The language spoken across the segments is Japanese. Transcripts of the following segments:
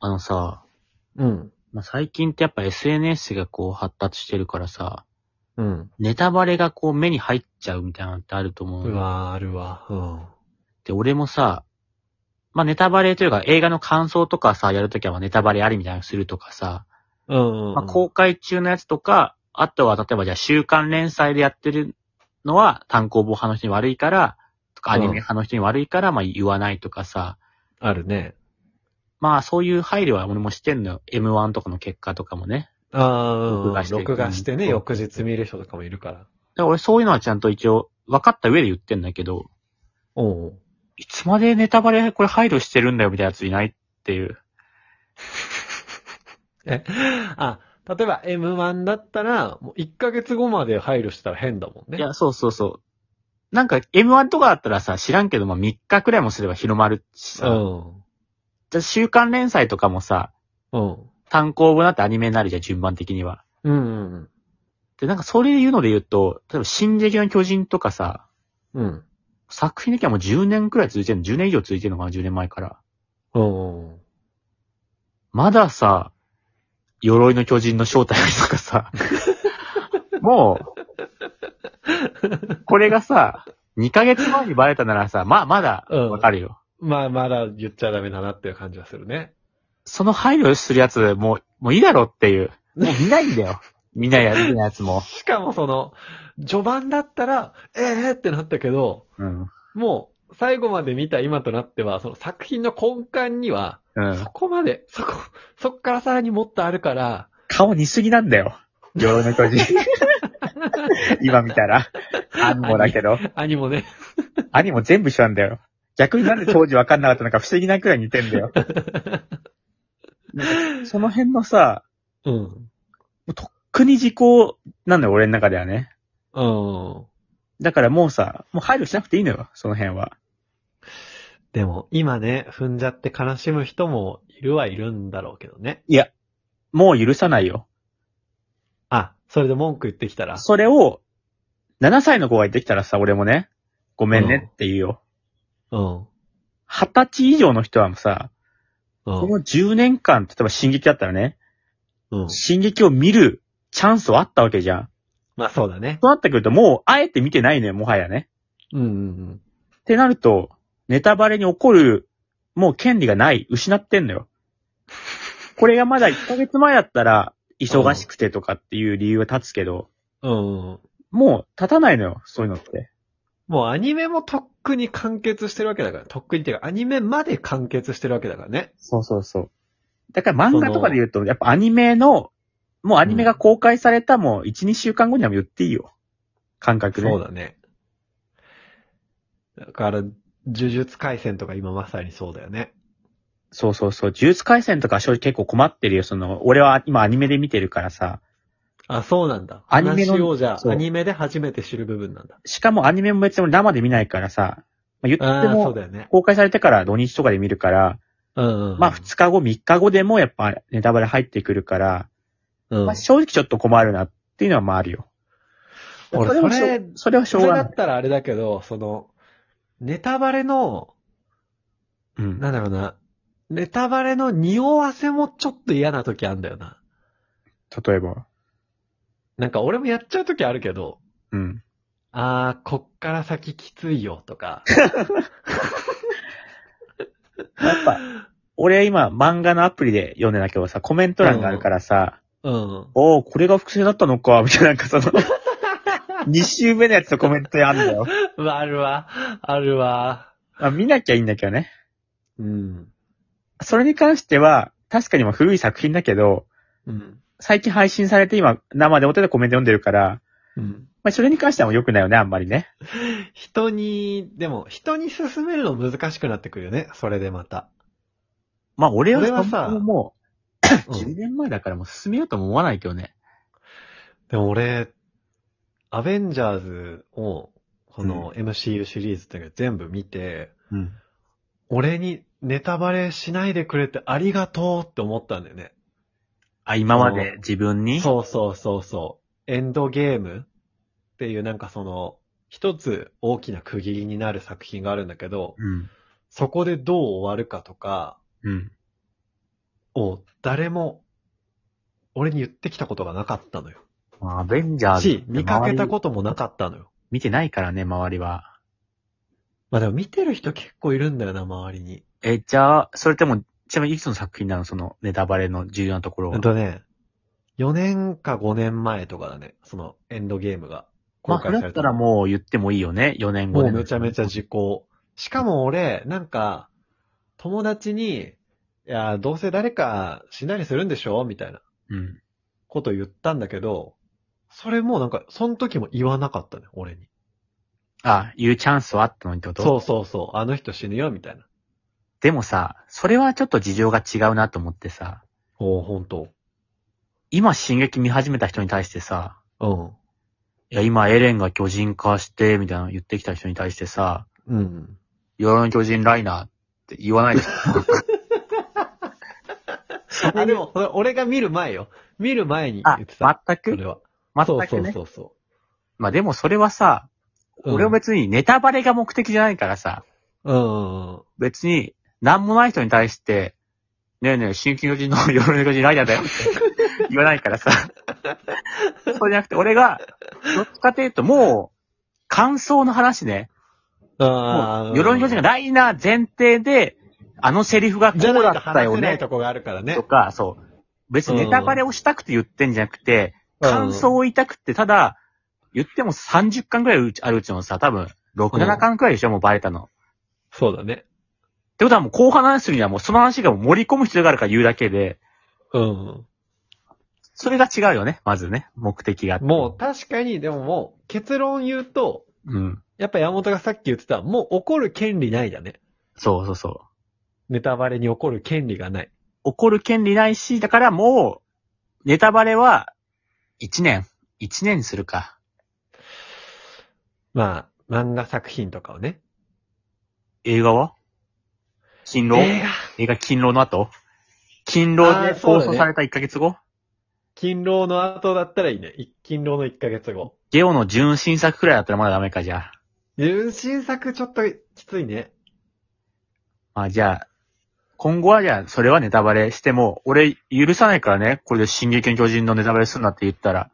あのさ、うん。まあ、最近ってやっぱ SNS がこう発達してるからさ、うん。ネタバレがこう目に入っちゃうみたいなのってあると思ううのよ。わあるわ。うで、俺もさ、まあ、ネタバレというか映画の感想とかさ、やるときはまあネタバレありみたいなのするとかさ、ん。うん。まあ、公開中のやつとか、あとは例えばじゃあ週刊連載でやってるのは単行本派の人に悪いから、とかアニメ派の人に悪いから、まあ言わないとかさ、あるね。まあそういう配慮は俺もしてんのよ。M1 とかの結果とかもね。ああ、うん録画して録画してね、うん翌日見る人とかもいるから。だから俺そういうのはちゃんと一応分かった上で言ってんだけど、おういつまでネタバレこれ配慮してるんだよみたいなやついないっていう。え、 あ、例えば M1 だったら、もう1ヶ月後まで配慮したら変だもんね。いや、そうそうそう。なんか M1 とかだったらさ、知らんけど、まあ3日くらいもすれば広まるしうさ、ん。じゃあ週刊連載とかもさ、うん。単行本だってアニメになるじゃん、順番的には。うん。うんで、なんかそれで言うので言うと、例えば進撃の巨人とかさ、うん。作品的にはもう10年くらい続いてるの、10年以上続いてるのかな、10年前から。うん。うん。まださ、鎧の巨人の正体とか さ、もう、これがさ、2ヶ月前にバレたならさ、ま、まだ、うんわかるよ。まあ、まだ言っちゃダメだなっていう感じはするね。その配慮するやつ、もう、もういいだろっていう。もう見ないんだよ。見ないやつ、見ないやつも。しかもその、序盤だったら、ええー、ってなったけど、うん。もう、最後まで見た今となっては、その作品の根幹には、うんそ。こまで、そこ、 そこからさらにもっとあるから、顔似すぎなんだよ。鎧の 巨人。今見たら。アニもだけど。兄もね、アニも全部一緒なんだよ。逆になんで当時わかんなかったのか不思議なくらい似てんだ よ。なんかその辺のさ、うん。国時効なんだよ、俺の中ではね。うん。だからもうさ、もう配慮しなくていいのよ、その辺は。でも、今ね、踏んじゃって悲しむ人もいるはいるんだろうけどね。いや、もう許さないよ。あ、それで文句言ってきたら。それを、7歳の子がいてきたらさ、俺もね、ごめんねって言うよ。うん。 20歳以上の人はさ、うこん。の10年間、例えば進撃だったらね、うん。進撃を見るチャンスはあったわけじゃん。まあそうだね。となってくると、もう、あえて見てないのよ、もはやね。うんうんってなると、ネタバレに起こる、もう権利がない、失ってんのよ。これがまだ1ヶ月前だったら、忙しくてとかっていう理由は立つけど、うん。うんうん。もう立たないのよ、そういうのって。もうアニメもとっくに完結してるわけだから、とっくにっていうか、アニメまで完結してるわけだからね。そうそうそう。だから漫画とかで言うと、やっぱアニメの、もうアニメが公開されたもう1、2週間後にはもう言っていいよ。感覚ね。そうだね。だから、呪術回戦とか今まさにそうだよね。そうそうそう。呪術回戦とか正直結構困ってるよ。その、俺は今アニメで見てるからさ。あ、そうなんだ。アニメの話をじゃそあ、うアニメで初めて知る部分なんだ。しかもアニメも別に生で見ないからさ。まあ、言っあてあ、そうも、だよね。公開されてから土日とかで見るから、うん、うん。まあ2日後、3日後でもやっぱネタバレ入ってくるから、うん。まあ正直ちょっと困るなっていうのはまああるよ。俺はそれしょうそれはしょそうがれだないっ。たらあれだけど、その、ネタバレの、うん。なんだろうな、ネタバレの匂わせもちょっと嫌な時あんだよな。例えば。なんか俺もやっちゃう時あるけど、うん。あー、こっから先きついよと か。やっぱ、俺今漫画のアプリで読んでんだけどさ、コメント欄があるからさ、うん。おお、これが複製だったのか、みたいな、なんかその、2周目のやつとコメントあるんだよ。わあるわ。あるわ。まあ、見なきゃいいんだけどね。うん。それに関しては、確かにもう古い作品だけど、うん。最近配信されて今、生で音でコメント読んでるから、うん。まあ、それに関してはもう良くないよね、あんまりね。人に、でも、人に勧めるの難しくなってくるよね。それでまた。まあ、俺は俺はさもう、 うん10年前だからもう進めようとも思わないけどね。でも俺、アベンジャーズを、この MCU シリーズっていうの全部見て、うん。俺にネタバレしないでくれてありがとうって思ったんだよね。あ、今まで自分にそうそうそうそう。エンドゲームっていうなんかその、一つ大きな区切りになる作品があるんだけど、うん。そこでどう終わるかとか、うん。を誰も俺に言ってきたことがなかったのよ。まあ、アベンジャーズってし、周り。見かけたこともなかったのよ。見てないからね、周りは。まあでも見てる人結構いるんだよな、周りに。え、じゃあ、それでも、ちなみにいつの作品なのその、ネタバレの重要なところうはん。とね、4年か5年前とかだね、そのエンドゲームがまあ、公こ開れさだっれたた。らもう言ってもいいよね、4年後もでうめちゃめちゃ時効。しかも俺、なんか、友達に、いや、どうせ誰か死んだりするんでしょみたいなうん。こと言ったんだけど、それもうなんか、その時も言わなかったね、俺に。あ、言うチャンスはあったのにってことそうそうそう、あの人死ぬよ、みたいな。でもさ、それはちょっと事情が違うなと思ってさ、おお本当今、進撃見始めた人に対してさ、うん。いや、今、エレンが巨人化して、みたいなの言ってきた人に対してさ、うん。鎧の巨人ライナーって言わないでしょ。あ、でも、それ俺が見る前よ。見る前に言あって、た。全そくれは。全くそね。うそうそうそまあでもそれはさ、う。うん俺は別にネタバレが目的じゃないからさ、うんうん別に、なんもない人に対して、ねえねえ、新規巨人の鎧の巨人ライダーだよって言わないから さ。そうじゃなくて、俺が、どっちかというと、もう、感想の話ね。うん。もあう、鎧の巨人がライナー前提で、あのセリフがこうじゃだないったと話よせなねい。とこがあるからねと。か、そう。別にネタバレをしたくて言ってんじゃなくて、うん感想を言いたくて、ただ、言っても30巻くらいうちあるうちのさ、多分、6、うん7巻くらいでしょ、もうバレたの。っそうだね。てことはもう後半の話するにはもうその話が盛り込む必要があるから言うだけで、うん。それが違うよね、まずね、目的があって。もう確かに、でももう、結論言うと、う。うん。やっぱ山本がさっき言ってた、もう怒る権利ないだね。そうそうそう。ネタバレに怒る権利がない。怒る権利ないし、だからもう、ネタバレは、1年。1年にするか。まあ、漫画作品とかをね。映画は勤労、映画映画勤労の後勤労あでーそ放うだね送された1ヶ月後、勤労の後だったらいいね。一勤労の1ヶ月後。ゲオの純真作くらいだったらまだダメか、じゃあ。純真作ちょっときついね。まあじゃあ、今後はじゃあ、それはネタバレしても、俺許さないからね、これで進撃の巨人のネタバレすんなって言ったら、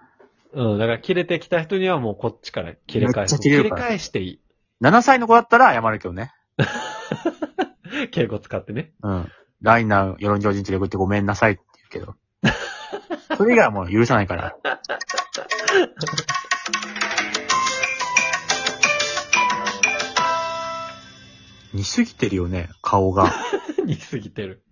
うん、だから切れてきた人にはもうこっちから切れ返めっちゃす。切れるから切り返していい。 7歳の子だったら謝るけどね。敬語使ってね。 うん。ライナー、世論上人と力ってごめんなさいって言うけ ど。それ以外はもう許さないから。似すぎてるよね、顔が。似すぎてる。